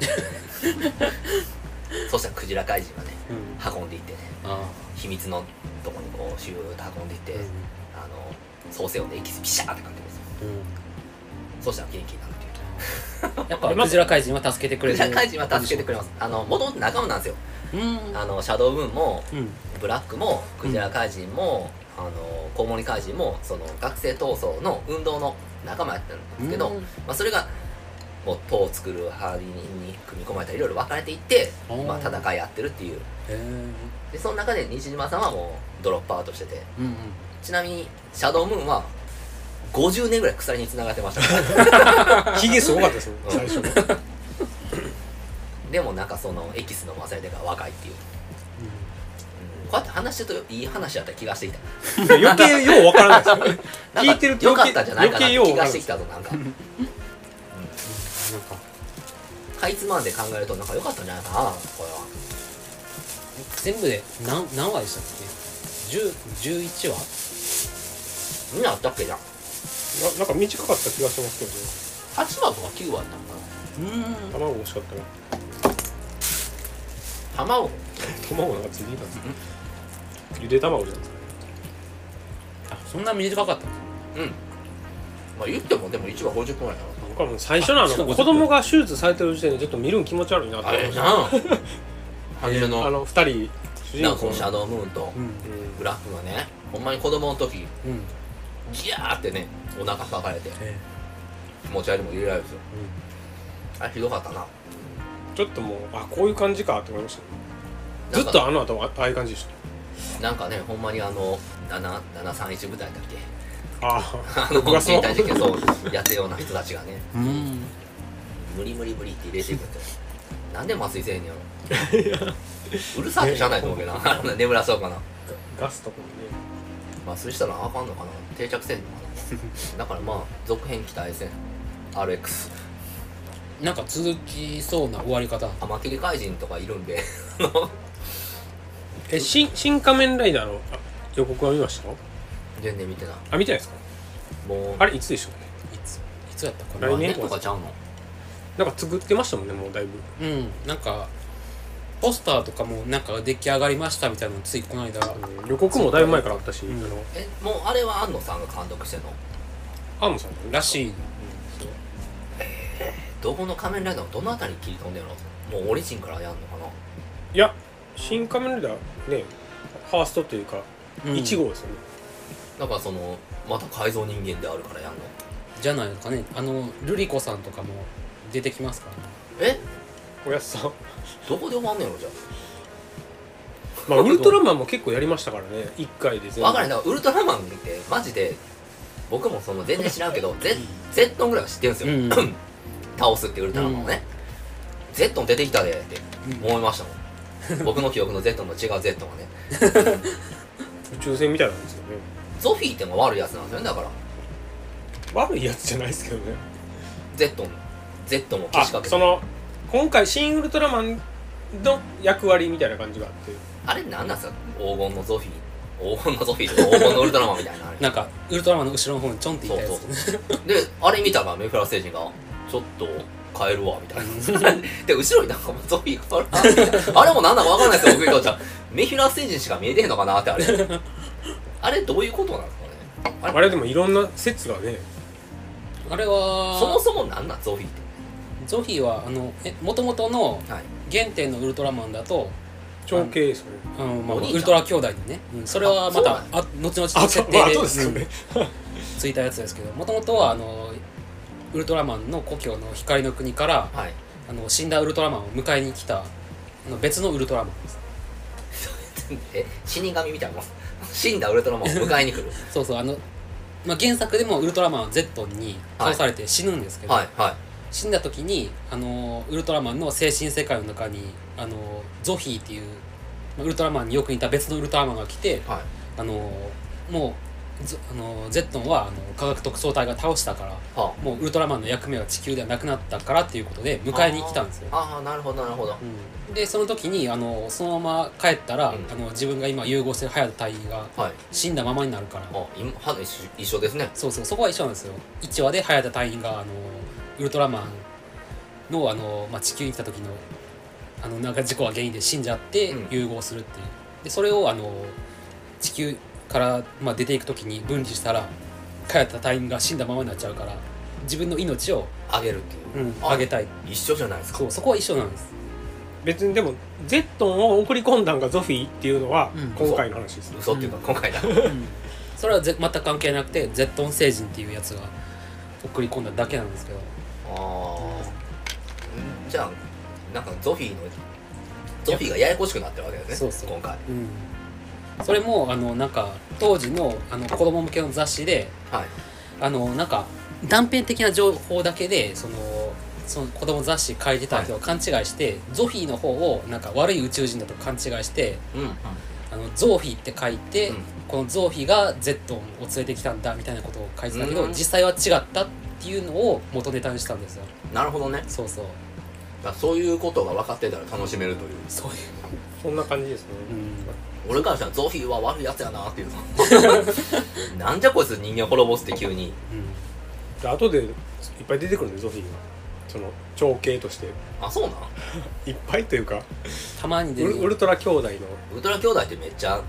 [SPEAKER 1] そしたらクジラ怪人がね
[SPEAKER 3] うん
[SPEAKER 1] 運んでいってね
[SPEAKER 3] あ
[SPEAKER 1] 秘密のとこにこうシューッと運んでいって、
[SPEAKER 3] あ
[SPEAKER 1] あの創世音で息ピシャーってかけるんですよそうしたら元気になるっていう
[SPEAKER 3] やっぱクジラ怪人は助けてく
[SPEAKER 1] ク
[SPEAKER 3] れ
[SPEAKER 1] レ
[SPEAKER 3] る
[SPEAKER 1] ジャー怪人は助けてくれますあの元々仲間なんですよ
[SPEAKER 3] うん
[SPEAKER 1] あのシャドウムーンも
[SPEAKER 3] うん
[SPEAKER 1] ブラックもクジラ怪人も、あのコウモリ怪人もその学生闘争の運動の仲間やったんですけど、
[SPEAKER 3] うん
[SPEAKER 1] まあ、それがもう党を作る派に組み込まれたりいろいろ分かれていって、
[SPEAKER 3] うん
[SPEAKER 1] まあ、戦い合ってるっていう
[SPEAKER 3] へえ
[SPEAKER 1] でその中で西島さんはもうドロップアウトしてて
[SPEAKER 3] うんうん
[SPEAKER 1] ちなみにシャドウムーンは50年ぐらい鎖に繋がってましたから
[SPEAKER 2] ヒゲすごかったですね
[SPEAKER 1] うん
[SPEAKER 2] 最初
[SPEAKER 1] [laughs] でもなんかそのエキスの忘れてが若いっていう、うんこうやって話してるといい話やった気がしてきた
[SPEAKER 2] 余計ようわからないですね
[SPEAKER 1] なんか
[SPEAKER 2] 聞いてると
[SPEAKER 1] よか
[SPEAKER 2] 余計
[SPEAKER 1] ったんじゃないかなって
[SPEAKER 2] 余計よう
[SPEAKER 1] 気
[SPEAKER 2] 分
[SPEAKER 1] が
[SPEAKER 2] かる
[SPEAKER 1] してきたぞなんか
[SPEAKER 3] なんか
[SPEAKER 1] かいつまんで考えるとなんか良かったんじゃないかなこれは
[SPEAKER 3] 全部で何何話でしたっけ10 11話
[SPEAKER 1] みんなあったっけじゃん
[SPEAKER 2] ななんか短かった気がします
[SPEAKER 1] 8話とか9話だったのか
[SPEAKER 3] うん
[SPEAKER 2] けどね卵欲しかったな
[SPEAKER 1] な卵
[SPEAKER 2] 卵なんかついていたんですねゆで卵じゃないですか
[SPEAKER 3] あそんな短かった
[SPEAKER 1] うんまあ言ってもでも1話50分ぐらいだ
[SPEAKER 2] 僕はもう最初のあ
[SPEAKER 3] あそう
[SPEAKER 2] の
[SPEAKER 3] か
[SPEAKER 2] 子供が手術されてる時点でちょっと見るん気持ち悪いなと
[SPEAKER 1] あ
[SPEAKER 2] 思っ
[SPEAKER 1] れ
[SPEAKER 2] て
[SPEAKER 1] じゃん初め
[SPEAKER 2] あ
[SPEAKER 1] の
[SPEAKER 2] の二人主
[SPEAKER 1] なんかそ
[SPEAKER 2] 人公
[SPEAKER 1] のシャドウムーンと
[SPEAKER 3] うん
[SPEAKER 1] ブラックがねほんまに子供の時
[SPEAKER 3] うん
[SPEAKER 1] ギヤーってねお腹抱かれて
[SPEAKER 3] え
[SPEAKER 1] 持ち歩りも入れられるんですよあれひどかったな
[SPEAKER 2] ちょっともうあこういう感じかと思いました
[SPEAKER 1] な
[SPEAKER 2] ねず
[SPEAKER 1] ん
[SPEAKER 2] っ
[SPEAKER 1] か
[SPEAKER 2] とあの後もあああいう感じでし
[SPEAKER 1] なんかねほんまにあの7 731部隊だっけ
[SPEAKER 2] たあ
[SPEAKER 1] あ
[SPEAKER 2] あ
[SPEAKER 1] の
[SPEAKER 2] 僕がそ
[SPEAKER 1] 人
[SPEAKER 2] の
[SPEAKER 1] 体実験そうやってるような人たちがね
[SPEAKER 3] うん
[SPEAKER 1] う無理無理無理って入れていくんだよなんで麻酔せえへんねやろうるさいってしゃあないと思うけどな眠らそうかな
[SPEAKER 2] ガスとかもね
[SPEAKER 1] 麻酔したらあかんのかな定着せんのかなだからまあ続編期待せん RX
[SPEAKER 3] なんか続きそうな終わり方
[SPEAKER 1] カマキリ怪人とかいるんで [laughs]
[SPEAKER 2] え新新仮面ライダーのあ予告は見ました
[SPEAKER 1] 全然見てない
[SPEAKER 2] あ見てないですか
[SPEAKER 1] もう
[SPEAKER 2] あれいつでしたっ
[SPEAKER 3] いついつやったかな
[SPEAKER 2] 来年
[SPEAKER 1] 何年とかちゃうの
[SPEAKER 2] けなんか作ってましたもんねもうだいぶ
[SPEAKER 3] うんなんかポスターとかもなんか出来上がりましたみたいなのついこの間
[SPEAKER 2] うん予告もだいぶ前からあったし、
[SPEAKER 3] うん
[SPEAKER 2] あの
[SPEAKER 1] えもうあれは安野さんが監督してんの
[SPEAKER 2] アームさんの
[SPEAKER 3] らしい
[SPEAKER 1] どこの仮面ライダーのどのあたりに切り込んでるのもうオリジンからやんのかない
[SPEAKER 2] や新仮面ライダーねファーストというか
[SPEAKER 3] うん
[SPEAKER 2] 1号ですよね、
[SPEAKER 1] だからそのまた改造人間であるからやんの
[SPEAKER 3] じゃないのかねあのルリコさんとかも出てきますから
[SPEAKER 1] え
[SPEAKER 2] おやっさん
[SPEAKER 1] どこで終わんねやろじゃ
[SPEAKER 2] [laughs] まあウルトラマンも結構やりましたからね1回で全
[SPEAKER 1] あ分からへんないウルトラマンってマジで僕もその全然知らんけどゼゼットンぐらいは知ってるんですよ、
[SPEAKER 3] うん
[SPEAKER 1] [clears throat] 倒すってウルトラマンをね、ゼットン出てきたでって思いましたもん、僕の記憶のゼットンの違うゼットンがね
[SPEAKER 2] 宇宙船みたいなんですよね
[SPEAKER 1] ゾフィーってのが悪いやつなんですよねだから
[SPEAKER 2] 悪いやつじゃないですけどね
[SPEAKER 1] ゼットンゼットンを
[SPEAKER 2] あ
[SPEAKER 1] 消しかけて
[SPEAKER 2] その今回新ウルトラマンの役割みたいな感じがあって
[SPEAKER 1] あれなんなんすか黄金のゾフィー黄金のゾフィーとか黄金のウルトラマンみたいなあれ
[SPEAKER 3] なんかウルトラマンの後ろの方にちょんっていた
[SPEAKER 1] そう
[SPEAKER 3] やつ
[SPEAKER 1] そうそうであれ見たらメフラ星人がちょっと変えるわみたい [laughs] なで後ろになんかもうゾフィーが変わるなみたいなあれもなんだかわかんないですよ僕にとってはメフラ星人しか見えてへんのかなってあれあれどういうことなんですかねあれ
[SPEAKER 2] あれでもいろんな説がね
[SPEAKER 3] あれは
[SPEAKER 1] そもそもなんなんゾフィーって
[SPEAKER 3] ゾフィーはあのもともとの
[SPEAKER 1] はい
[SPEAKER 3] 原点のウルトラマンだと
[SPEAKER 2] 長兄ですよね
[SPEAKER 3] あの、まあ、
[SPEAKER 1] お
[SPEAKER 3] ウ
[SPEAKER 1] 兄ちゃん
[SPEAKER 3] ルトラ兄弟のね、うんそれはまた
[SPEAKER 1] あ
[SPEAKER 3] あ
[SPEAKER 1] そう
[SPEAKER 3] 後々の
[SPEAKER 2] あ
[SPEAKER 3] 設
[SPEAKER 2] と
[SPEAKER 3] 定で、
[SPEAKER 2] まああとですよね
[SPEAKER 3] うんついたやつですけどもともとはあのウルトラマンの故郷の光の国から
[SPEAKER 1] はい [laughs]
[SPEAKER 3] あの死んだウルトラマンを迎えに来たあの別のウルトラマンです
[SPEAKER 1] え死神みたいなもん死んだウルトラマンを迎えに来る
[SPEAKER 3] そうそうあの、まあ、原作でもウルトラマンはゼットンに倒されて死ぬんですけど、
[SPEAKER 1] はいはい
[SPEAKER 3] 死んだ時にあのウルトラマンの精神世界の中にあのゾフィーっていうまあウルトラマンによく似た別のウルトラマンが来て
[SPEAKER 1] はい
[SPEAKER 3] あのもうゾあのゼットンはあの科学特捜隊が倒したから
[SPEAKER 1] は
[SPEAKER 3] もうウルトラマンの役目は地球ではなくなったからっていうことで
[SPEAKER 1] あ
[SPEAKER 3] 迎えに来たんですよ、
[SPEAKER 1] あーあーなるほどなるほど
[SPEAKER 3] うん、でその時にあのそのまま帰ったら、
[SPEAKER 1] うん
[SPEAKER 3] あの自分が今融合してる隼人隊員が
[SPEAKER 1] はい
[SPEAKER 3] 死んだままになるから
[SPEAKER 1] あ今歯の一緒一緒ですね
[SPEAKER 3] そうそうそこは一緒なんですよ1話で隼田隊員があのウルトラマンのあの、まあ、地球に来た時のあのなんか事故が原因で死んじゃって
[SPEAKER 1] うん
[SPEAKER 3] 融合するっていう、でそれをあの地球から、まあ、出ていく時に分離したら隼田隊員が死んだままになっちゃうから自分の命を、
[SPEAKER 1] あげるっていう、あ
[SPEAKER 3] あげたい
[SPEAKER 1] 一緒じゃないですか
[SPEAKER 3] そうそこは一緒なんです
[SPEAKER 2] 別にでもゼットンを送り込んだんがゾフィーっていうのは
[SPEAKER 3] うん
[SPEAKER 2] 今回の話です、
[SPEAKER 1] 嘘っていうか今回だ
[SPEAKER 3] それはぜ全く関係なくてゼットン星人っていうやつが送り込んだだけなんですけど
[SPEAKER 1] ああじゃあなんかゾフィーのゾフィーがややこしくなってるわけですね
[SPEAKER 3] そうそう
[SPEAKER 1] 今回
[SPEAKER 3] それもあのなんか当時のあの子供向けの雑誌で
[SPEAKER 1] はい
[SPEAKER 3] あのなんか断片的な情報だけでそのその子供雑誌書いてた人を勘違いして、ゾフィーの方をなんか悪い宇宙人だと勘違いして
[SPEAKER 1] うん
[SPEAKER 3] あのゾーフィーって書いて、
[SPEAKER 1] うん
[SPEAKER 3] このゾーフィーがゼットンを連れてきたんだみたいなことを書いてたけど、
[SPEAKER 1] うん
[SPEAKER 3] 実際は違ったっていうのを元ネタにしたんですよ
[SPEAKER 1] なるほどね
[SPEAKER 3] そうそう
[SPEAKER 1] だからそういうことが分かってたら楽しめるという
[SPEAKER 3] そういう、
[SPEAKER 2] そんな感じですね、
[SPEAKER 1] 俺からしたらゾフィーは悪いやつやなって [laughs] いうなんじゃこいつ人間滅ぼすって急に
[SPEAKER 3] う
[SPEAKER 2] で後でいっぱい出てくるんでゾフィーがその長兄として
[SPEAKER 1] あそうなん
[SPEAKER 2] いっぱいというか
[SPEAKER 3] ん、たまに
[SPEAKER 2] ウ
[SPEAKER 3] 出
[SPEAKER 2] ル
[SPEAKER 3] る
[SPEAKER 2] ウルトラ兄弟の
[SPEAKER 1] ウルトラ兄弟ってめっちゃ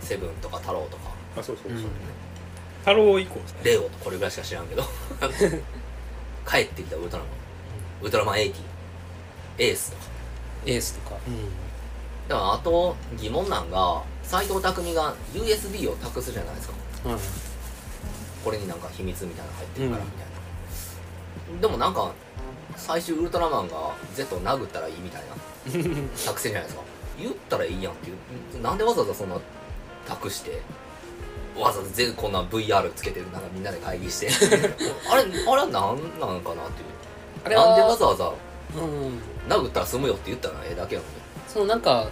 [SPEAKER 1] セブンとか太郎とか
[SPEAKER 2] あそうそうそう、
[SPEAKER 3] うん
[SPEAKER 2] 太郎以降ですね
[SPEAKER 1] レオとこれぐらいしか知ら [laughs] んけど帰ってきたウルトラマンウルトラマン80エースとか
[SPEAKER 3] エースとか、
[SPEAKER 1] だからあと疑問なんが斎藤匠が USB を託すじゃないですか
[SPEAKER 3] うん
[SPEAKER 1] これになんか秘密みたいなの入ってるから
[SPEAKER 3] うん
[SPEAKER 1] みたいな、でもなんか最終ウルトラマンが Z を殴ったらいいみたいな作戦じゃないですか言ったらいいやんっていうなんでわざわざそんな託してわざわざ全こんな VR つけてなんかみんなで会議してあれあれはなんなんかなっていう
[SPEAKER 3] あれは
[SPEAKER 1] なんでわざわざ
[SPEAKER 3] うん
[SPEAKER 1] 殴ったら済むよって言ったらええだけやの
[SPEAKER 3] そのなんか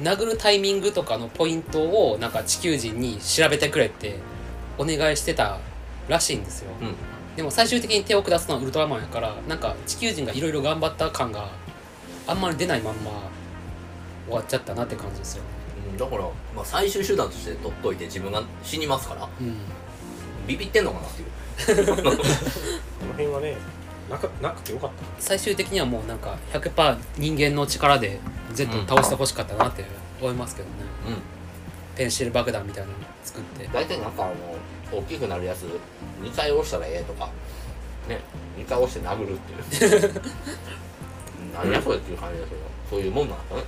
[SPEAKER 3] ん殴るタイミングとかのポイントをなんか地球人に調べてくれってお願いしてたらしいんですよ、
[SPEAKER 1] うん
[SPEAKER 3] でも最終的に手を下すのはウルトラマンやからなんか地球人がいろいろ頑張った感があんまり出ないまんま終わっちゃったなって感じですよ、
[SPEAKER 1] に、うん、だから、まあ、最終手段として取っといて自分が死にますから
[SPEAKER 3] うん、
[SPEAKER 1] ビビってんのかなっていう
[SPEAKER 2] この辺はねなかなくてよかっ
[SPEAKER 3] 最終的にはもうなんか100%人間の力で Z を倒してほしかったなって思いますけどね、
[SPEAKER 1] うん
[SPEAKER 3] ペンシル爆弾みたいなの作って
[SPEAKER 1] 大体なんかあの大きくなるやつ2回押したらええとかね2回押して殴るっていう [laughs] 何やそれっていう感じですけどそういうもんなんですかね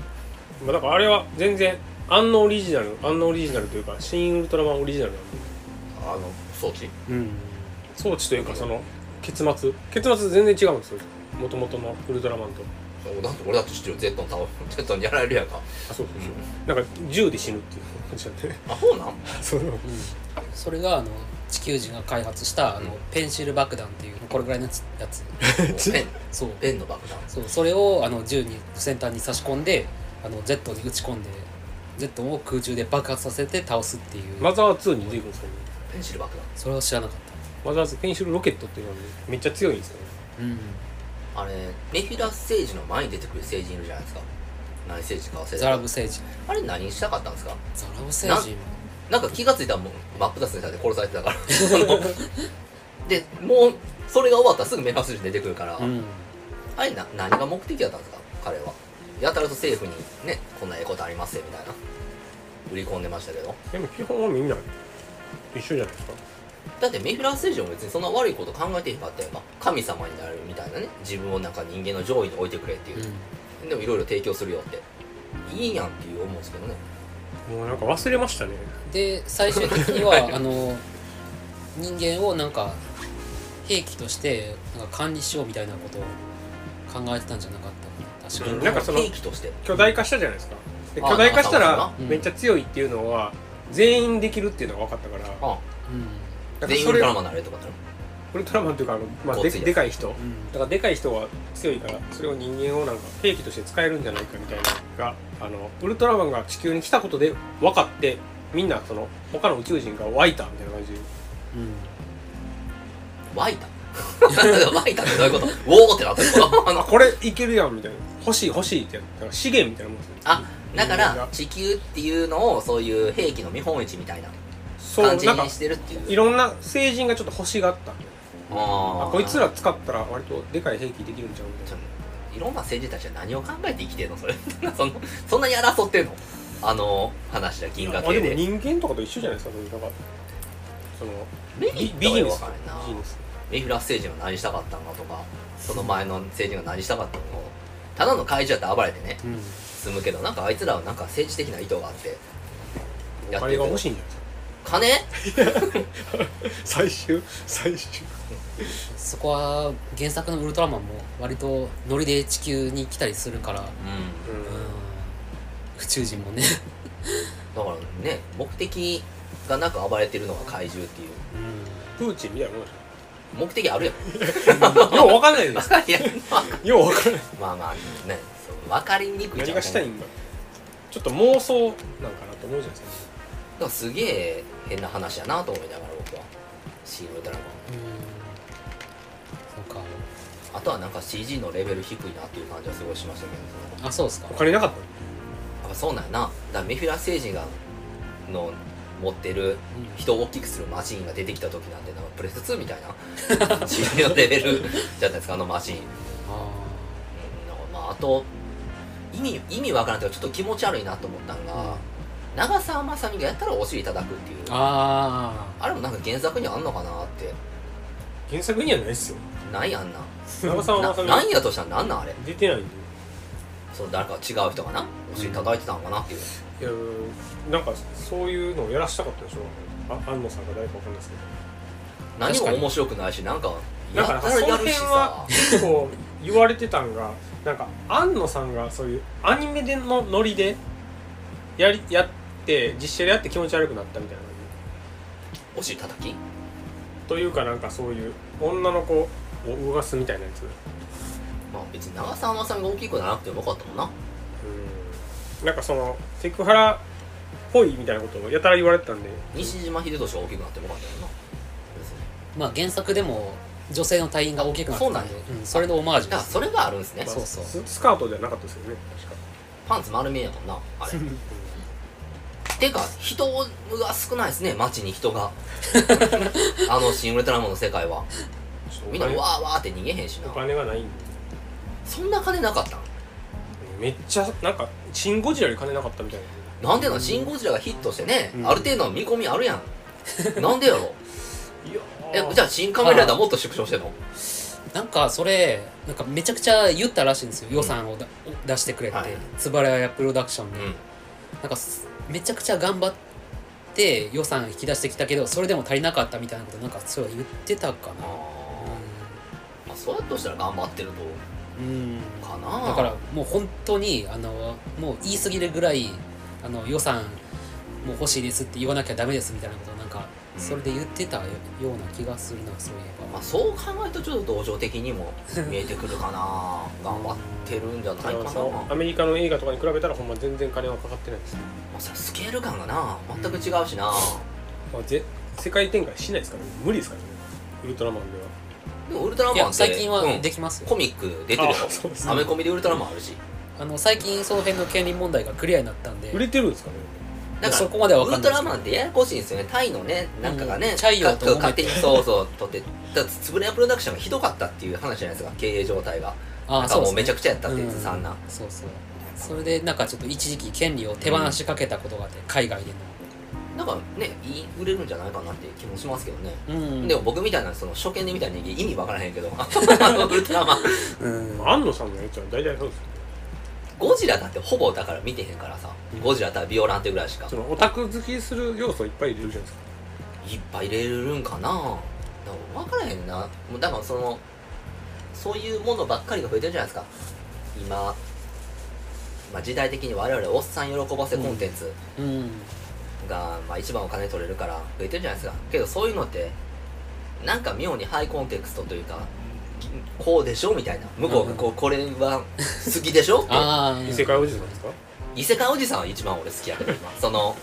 [SPEAKER 2] た、まあ、だからあれは全然アンノオリジナルアンノオリジナルというか新ウルトラマンオリジナルなんで
[SPEAKER 1] あの装置
[SPEAKER 3] うん
[SPEAKER 2] 装置というかその結末結末全然違うんですよもともとのウルトラマンと
[SPEAKER 1] そうだって俺だって知ってる Z の倒 [laughs] Z にやられるやんか
[SPEAKER 2] あそうそうそうなんか銃で死ぬっていう感じだったね
[SPEAKER 1] あそう [laughs] なん
[SPEAKER 2] [laughs] その
[SPEAKER 3] それがあの地球人が開発したあの、
[SPEAKER 1] うんペ
[SPEAKER 3] ペンシル爆弾っていうこれぐらいのやつや [laughs] つ
[SPEAKER 1] ペン
[SPEAKER 3] そう
[SPEAKER 1] ペンの爆弾
[SPEAKER 3] そうそれをあの銃に先端に差し込んであの Z に撃ち込んで Z を空中で爆発させて倒すっていう、
[SPEAKER 2] マザー2に出てくるんですよね
[SPEAKER 1] ペンシル爆
[SPEAKER 3] それは知らなかっ
[SPEAKER 2] マザー2ペンシルロケットっていうのはねめっちゃ強いんですよね
[SPEAKER 3] たうん
[SPEAKER 1] 弾あれメフィラス星人の前に出てくる星人いるじゃないですか何星人か忘れ
[SPEAKER 3] ザ
[SPEAKER 1] た
[SPEAKER 3] ラブ星人
[SPEAKER 1] あれ何したかったんですか
[SPEAKER 3] ザラブ星人
[SPEAKER 1] なんか気がついたらもう真っ二つにされて殺されてたから
[SPEAKER 2] [laughs]
[SPEAKER 1] そのでもうそれが終わったらすぐメフィラス星人出てくるから、
[SPEAKER 3] うん
[SPEAKER 1] あれな何が目的だったんですか彼はやたらと政府にねこんなええことありますよみたいな売り込んでましたけど
[SPEAKER 2] でも基本はみんな一緒じゃないですか
[SPEAKER 1] だってメフィラス星人も別にそんな悪いこと考えてへんかったやんか神様になるみたいなね自分をなんか人間の上位に置いてくれっていうう、
[SPEAKER 3] ん
[SPEAKER 1] でもいろいろ提供するよっていいやんっていう思うんですけどね
[SPEAKER 2] もうなんか忘れましたね
[SPEAKER 3] で最終的にはあの人間をなんか兵器としてなんか管理しようみたいなことを考えてたんじゃなかった確か
[SPEAKER 2] うんなんかその
[SPEAKER 1] 兵器として
[SPEAKER 2] 巨大化したじゃないですかで
[SPEAKER 1] あ
[SPEAKER 2] 巨大化した
[SPEAKER 1] あ
[SPEAKER 2] ら
[SPEAKER 1] そう
[SPEAKER 3] そう
[SPEAKER 2] めっちゃ強いっていうのは全員できるっていうのが分かったから
[SPEAKER 1] あ
[SPEAKER 3] う
[SPEAKER 2] だから
[SPEAKER 1] 全員
[SPEAKER 2] そ
[SPEAKER 1] ウル
[SPEAKER 2] れ
[SPEAKER 1] トラマンになれとかって
[SPEAKER 2] ウルトラマンっていうかあの、まあ、
[SPEAKER 1] ご
[SPEAKER 2] で
[SPEAKER 1] っついやつ
[SPEAKER 2] でかい人だ
[SPEAKER 3] んうん
[SPEAKER 2] からでかい人は強いからそれを人間をなんか兵器として使えるんじゃないかみたいなのがあのウルトラマンが地球に来たことで分かってみんなその他の宇宙人が湧いたみたいな感じで
[SPEAKER 1] 湧いた [laughs] 湧いたってどういうことウォーってなってることあの [laughs]
[SPEAKER 2] これいけるやんみたいな欲しい欲しいってやったら資源みたいなもんですよ
[SPEAKER 1] あだか
[SPEAKER 2] 人
[SPEAKER 1] ら
[SPEAKER 2] 間が
[SPEAKER 1] 地球っていうのをそういう兵器の見本市みたいな
[SPEAKER 2] そう
[SPEAKER 1] 感じ
[SPEAKER 2] なんか
[SPEAKER 1] にしてるっていう
[SPEAKER 2] いろんな成人がちょっと欲しがった
[SPEAKER 1] あ
[SPEAKER 2] あこいつら使ったら割とでかい兵器できるんちゃうみたい
[SPEAKER 1] ち
[SPEAKER 2] な
[SPEAKER 1] ょいろんな政治たちは何を考えて生きてんのそれ [laughs] そのそんなに争ってんのあの話だ銀河
[SPEAKER 2] あ
[SPEAKER 1] 系
[SPEAKER 2] で
[SPEAKER 1] で
[SPEAKER 2] も人間とかと一緒じゃないですかそれだからその
[SPEAKER 1] メリッ
[SPEAKER 2] ビビ
[SPEAKER 1] トが
[SPEAKER 2] ジ
[SPEAKER 1] よく
[SPEAKER 2] ネ
[SPEAKER 1] わ
[SPEAKER 2] ス
[SPEAKER 1] かんない
[SPEAKER 2] ビジ
[SPEAKER 1] な
[SPEAKER 2] ネス
[SPEAKER 1] メフィラス政治が何したかったのかとかその前の政治が何したかったのかただの怪獣やって暴れてね
[SPEAKER 3] うん
[SPEAKER 1] 済むけどなんかあいつらはなんか政治的な意図があって
[SPEAKER 2] お
[SPEAKER 1] って
[SPEAKER 2] 金
[SPEAKER 1] る
[SPEAKER 2] が欲しいんじゃないですか
[SPEAKER 1] 金
[SPEAKER 2] 最終最終
[SPEAKER 3] そこは原作のウルトラマンも割とノリで地球に来たりするから、
[SPEAKER 1] うん
[SPEAKER 3] うん、宇宙人もね、
[SPEAKER 1] だからね目的がなく暴れてるのが怪獣っていう
[SPEAKER 2] プーチンみたいなもんでし
[SPEAKER 1] 目的あるやん
[SPEAKER 2] ょ [laughs] よう分かんないです
[SPEAKER 1] いやまあ
[SPEAKER 2] よう分かんない
[SPEAKER 1] まあまあねそう分かりにくいじ
[SPEAKER 2] 何
[SPEAKER 1] ゃん
[SPEAKER 2] がしたいんだちょっと妄想なんかなと思うじゃないですか
[SPEAKER 1] だからすげえ変な話やなと思いながら僕はシーウルトラマン
[SPEAKER 3] そうか
[SPEAKER 1] あとはなんか CG のレベル低いなっていう感じはすごいしましたけど
[SPEAKER 3] あそうですか
[SPEAKER 2] お金なかっ
[SPEAKER 1] やっぱそうなんやなだからメフィラス星人がの持ってる人を大きくするマシンが出てきた時なんてなんかプレス2みたいな CG のレベルじゃないですかあのマシン、うん、
[SPEAKER 3] あ
[SPEAKER 1] なんかまああと意味意味わからんというかちょっと気持ち悪いなと思ったのが、長澤まさみがやったらお尻叩くっていう
[SPEAKER 3] ーあ
[SPEAKER 1] あれもなんか原作にあんのかなって
[SPEAKER 2] た原作にはないっすよ
[SPEAKER 1] ないあんな
[SPEAKER 2] 長澤ま
[SPEAKER 1] な
[SPEAKER 2] さみ
[SPEAKER 1] なんやとしたらなんなんあれ
[SPEAKER 2] 出てないんで
[SPEAKER 1] その誰か違う人がなお尻叩いてたのかなっていう、
[SPEAKER 2] いやなんかそういうのをやらしたかったでしょあ安野さんが誰かわかんないです
[SPEAKER 1] 何
[SPEAKER 3] 確
[SPEAKER 1] も
[SPEAKER 3] かに
[SPEAKER 1] 面白くないしなんか
[SPEAKER 2] だ
[SPEAKER 1] や
[SPEAKER 2] から
[SPEAKER 1] ったらやるし
[SPEAKER 2] その
[SPEAKER 1] さ
[SPEAKER 2] 辺はけどこう [laughs] 言われてたんがなんか安野さんがそういうアニメでのノリでやりやって実写でやって気持ち悪くなったみたいな感じ
[SPEAKER 1] お尻叩き
[SPEAKER 2] というかなんかそういう女の子を動かすみたいなやつう
[SPEAKER 1] まあ別に長澤まさみが大きくならなくてもよかったもんな。
[SPEAKER 2] んなんかそのセクハラっぽいみたいなことをやたら言われてたんで
[SPEAKER 1] 西島秀俊が大きくなってもよかったもんな。別に
[SPEAKER 3] まあ原作でも女性の隊員が大きくなってたんで
[SPEAKER 1] そう
[SPEAKER 3] うんそれのオマージュ
[SPEAKER 1] だから
[SPEAKER 3] です
[SPEAKER 1] それがあるんですね。
[SPEAKER 3] そうそう
[SPEAKER 2] ススカートじゃなかったですよね確か
[SPEAKER 1] パンツ丸見えやもんな、あれ。てか、人が少ないですね、街に人が。あの、シン・ウルトラマンの世界は。
[SPEAKER 2] ちょっとお
[SPEAKER 1] みんな、
[SPEAKER 2] 金
[SPEAKER 1] わーわーって逃げへんしな
[SPEAKER 2] お。金がないんで
[SPEAKER 1] そんな金なかったん
[SPEAKER 2] めっちゃなんか「シン・ゴジラ」より金なかったみたいな
[SPEAKER 1] なんでなん、シン・ゴジラがヒットしてね、
[SPEAKER 2] うん
[SPEAKER 1] ある程度の見込みあるやん。なんでやろ
[SPEAKER 2] いや
[SPEAKER 1] え、じゃあ、新カメラだもっと縮小してんの
[SPEAKER 3] なんかそれなんかめちゃくちゃ言ったらしいんですよ予算をだ出してくれって
[SPEAKER 1] はい
[SPEAKER 3] つばらやプロダクション
[SPEAKER 1] う
[SPEAKER 3] で
[SPEAKER 1] ん。
[SPEAKER 3] なんかすめちゃくちゃ頑張って予算引き出してきたけどそれでも足りなかったみたいなことなんかそう言ってたかな
[SPEAKER 1] あーまあ、そうやっとしたら頑張ってると思
[SPEAKER 3] うん、うん
[SPEAKER 1] うかな。
[SPEAKER 3] だからもう本当にあのもう言い過ぎるぐらいあの予算もう欲しいですって言わなきゃダメですみたいなことをなんか
[SPEAKER 1] うん
[SPEAKER 3] それで言ってたよような気がするなそういえ
[SPEAKER 1] ま
[SPEAKER 3] ば
[SPEAKER 1] あ、そう考えるとちょっと同情的にも見えてくるかな頑張ってるんじゃないかな、
[SPEAKER 2] だか
[SPEAKER 1] ま
[SPEAKER 2] らそのアメリカの映画とかに比べたらほんま全然金はかかってないです、
[SPEAKER 1] あ、それスケール感がな全く違うしな、
[SPEAKER 2] まあ、ぜ世界展開しないですからね無理ですからねウルトラマンでは
[SPEAKER 1] でもウルトラ
[SPEAKER 3] い
[SPEAKER 1] マンっ
[SPEAKER 3] や
[SPEAKER 1] て
[SPEAKER 3] 最近
[SPEAKER 1] う
[SPEAKER 3] は
[SPEAKER 1] ん
[SPEAKER 3] できますよ、
[SPEAKER 1] コミック出てるよ
[SPEAKER 2] あそうです
[SPEAKER 1] アメコミでウルトラマンあるし
[SPEAKER 3] あの最近その辺の権利問題がクリアになったんで
[SPEAKER 2] 売れてるんですかね
[SPEAKER 1] だから
[SPEAKER 3] そこまでは
[SPEAKER 1] ウ
[SPEAKER 3] 分か
[SPEAKER 1] ル
[SPEAKER 3] ん
[SPEAKER 1] ト
[SPEAKER 3] ないで
[SPEAKER 1] ラ
[SPEAKER 3] すけど
[SPEAKER 1] マンってややこしいんですよねタイのねなんかがね、
[SPEAKER 3] うんチャイヨーと揉めて
[SPEAKER 1] 勝手にそうそう取ってだからつぶれやプロダクションがひどかったっていう話じゃないですか経営状態が
[SPEAKER 3] あ
[SPEAKER 1] なん
[SPEAKER 3] あ
[SPEAKER 1] か
[SPEAKER 3] そう
[SPEAKER 1] も
[SPEAKER 3] で
[SPEAKER 1] う
[SPEAKER 3] す
[SPEAKER 1] め
[SPEAKER 3] ね
[SPEAKER 1] ちゃくちゃやったってずさんな、
[SPEAKER 3] そうそうそれでなんかちょっと一時期権利を手放しかけたことがあって海外で
[SPEAKER 1] なんかね言い売れるんじゃないかなっていう気もしますけどね、
[SPEAKER 3] のうん
[SPEAKER 1] でも僕みたいなその初見で見た人間意味わからへんけど [laughs] あのウルトラマン
[SPEAKER 3] うん
[SPEAKER 2] 安野さんのやつは大体そうですよ
[SPEAKER 1] ゴジラだってほぼだから見てへんからさゴジラ対ビオランテぐらいしか
[SPEAKER 2] そのオタク好きする要素いっぱい入れるじゃないですか
[SPEAKER 1] いっぱい入れるんかなだから分からへんなもうだからそのそういうものばっかりが増えてるじゃないですか今、まあ、時代的に我々おっさん喜ばせコンテンツ
[SPEAKER 3] うん
[SPEAKER 1] が、まあ、一番お金取れるから増えてるじゃないですかけどそういうのってなんか妙にハイコンテクストというかこうでしょみたいな向こうがこうこれは好きでしょ
[SPEAKER 3] [laughs]
[SPEAKER 1] って
[SPEAKER 3] ああ
[SPEAKER 2] 異世界おじさんですか
[SPEAKER 1] 異世界おじさんは一番俺好きやけど今その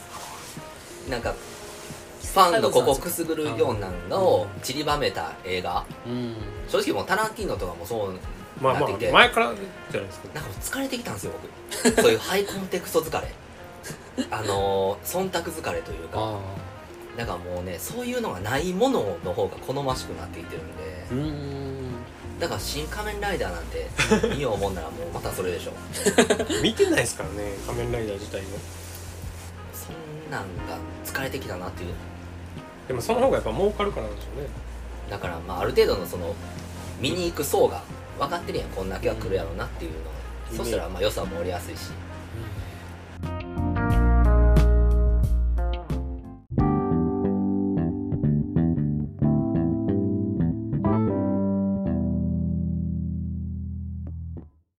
[SPEAKER 1] なんかファンのここくすぐるようなのを散りばめた映画
[SPEAKER 3] うん
[SPEAKER 1] 正直もうタランティーノとかもそう
[SPEAKER 2] まあま
[SPEAKER 1] なっ
[SPEAKER 2] あ
[SPEAKER 1] てきて
[SPEAKER 2] 前からじゃないですか
[SPEAKER 1] なんかもう疲れてきたんですよ僕 [laughs] そういうハイコンテクスト疲れあのー忖度疲れというか
[SPEAKER 3] あ
[SPEAKER 1] なんかもうねそういうのがないものの方が好ましくなってきてるんで
[SPEAKER 3] あうん
[SPEAKER 1] だから「新仮面ライダー」なんて見ようもんならもうまたそれでしょ
[SPEAKER 2] 見てないですからね仮面ライダー自体も
[SPEAKER 1] そんなんが疲れてきたなっていう
[SPEAKER 2] でもその方がやっぱ儲かるからなんでしょうね
[SPEAKER 1] だからまあある程度のその見に行く層が分かってるやんこんだけは来るやろうなっていうのが、
[SPEAKER 2] うん
[SPEAKER 1] そしたらまあ良さも盛りやすいし
[SPEAKER 3] うん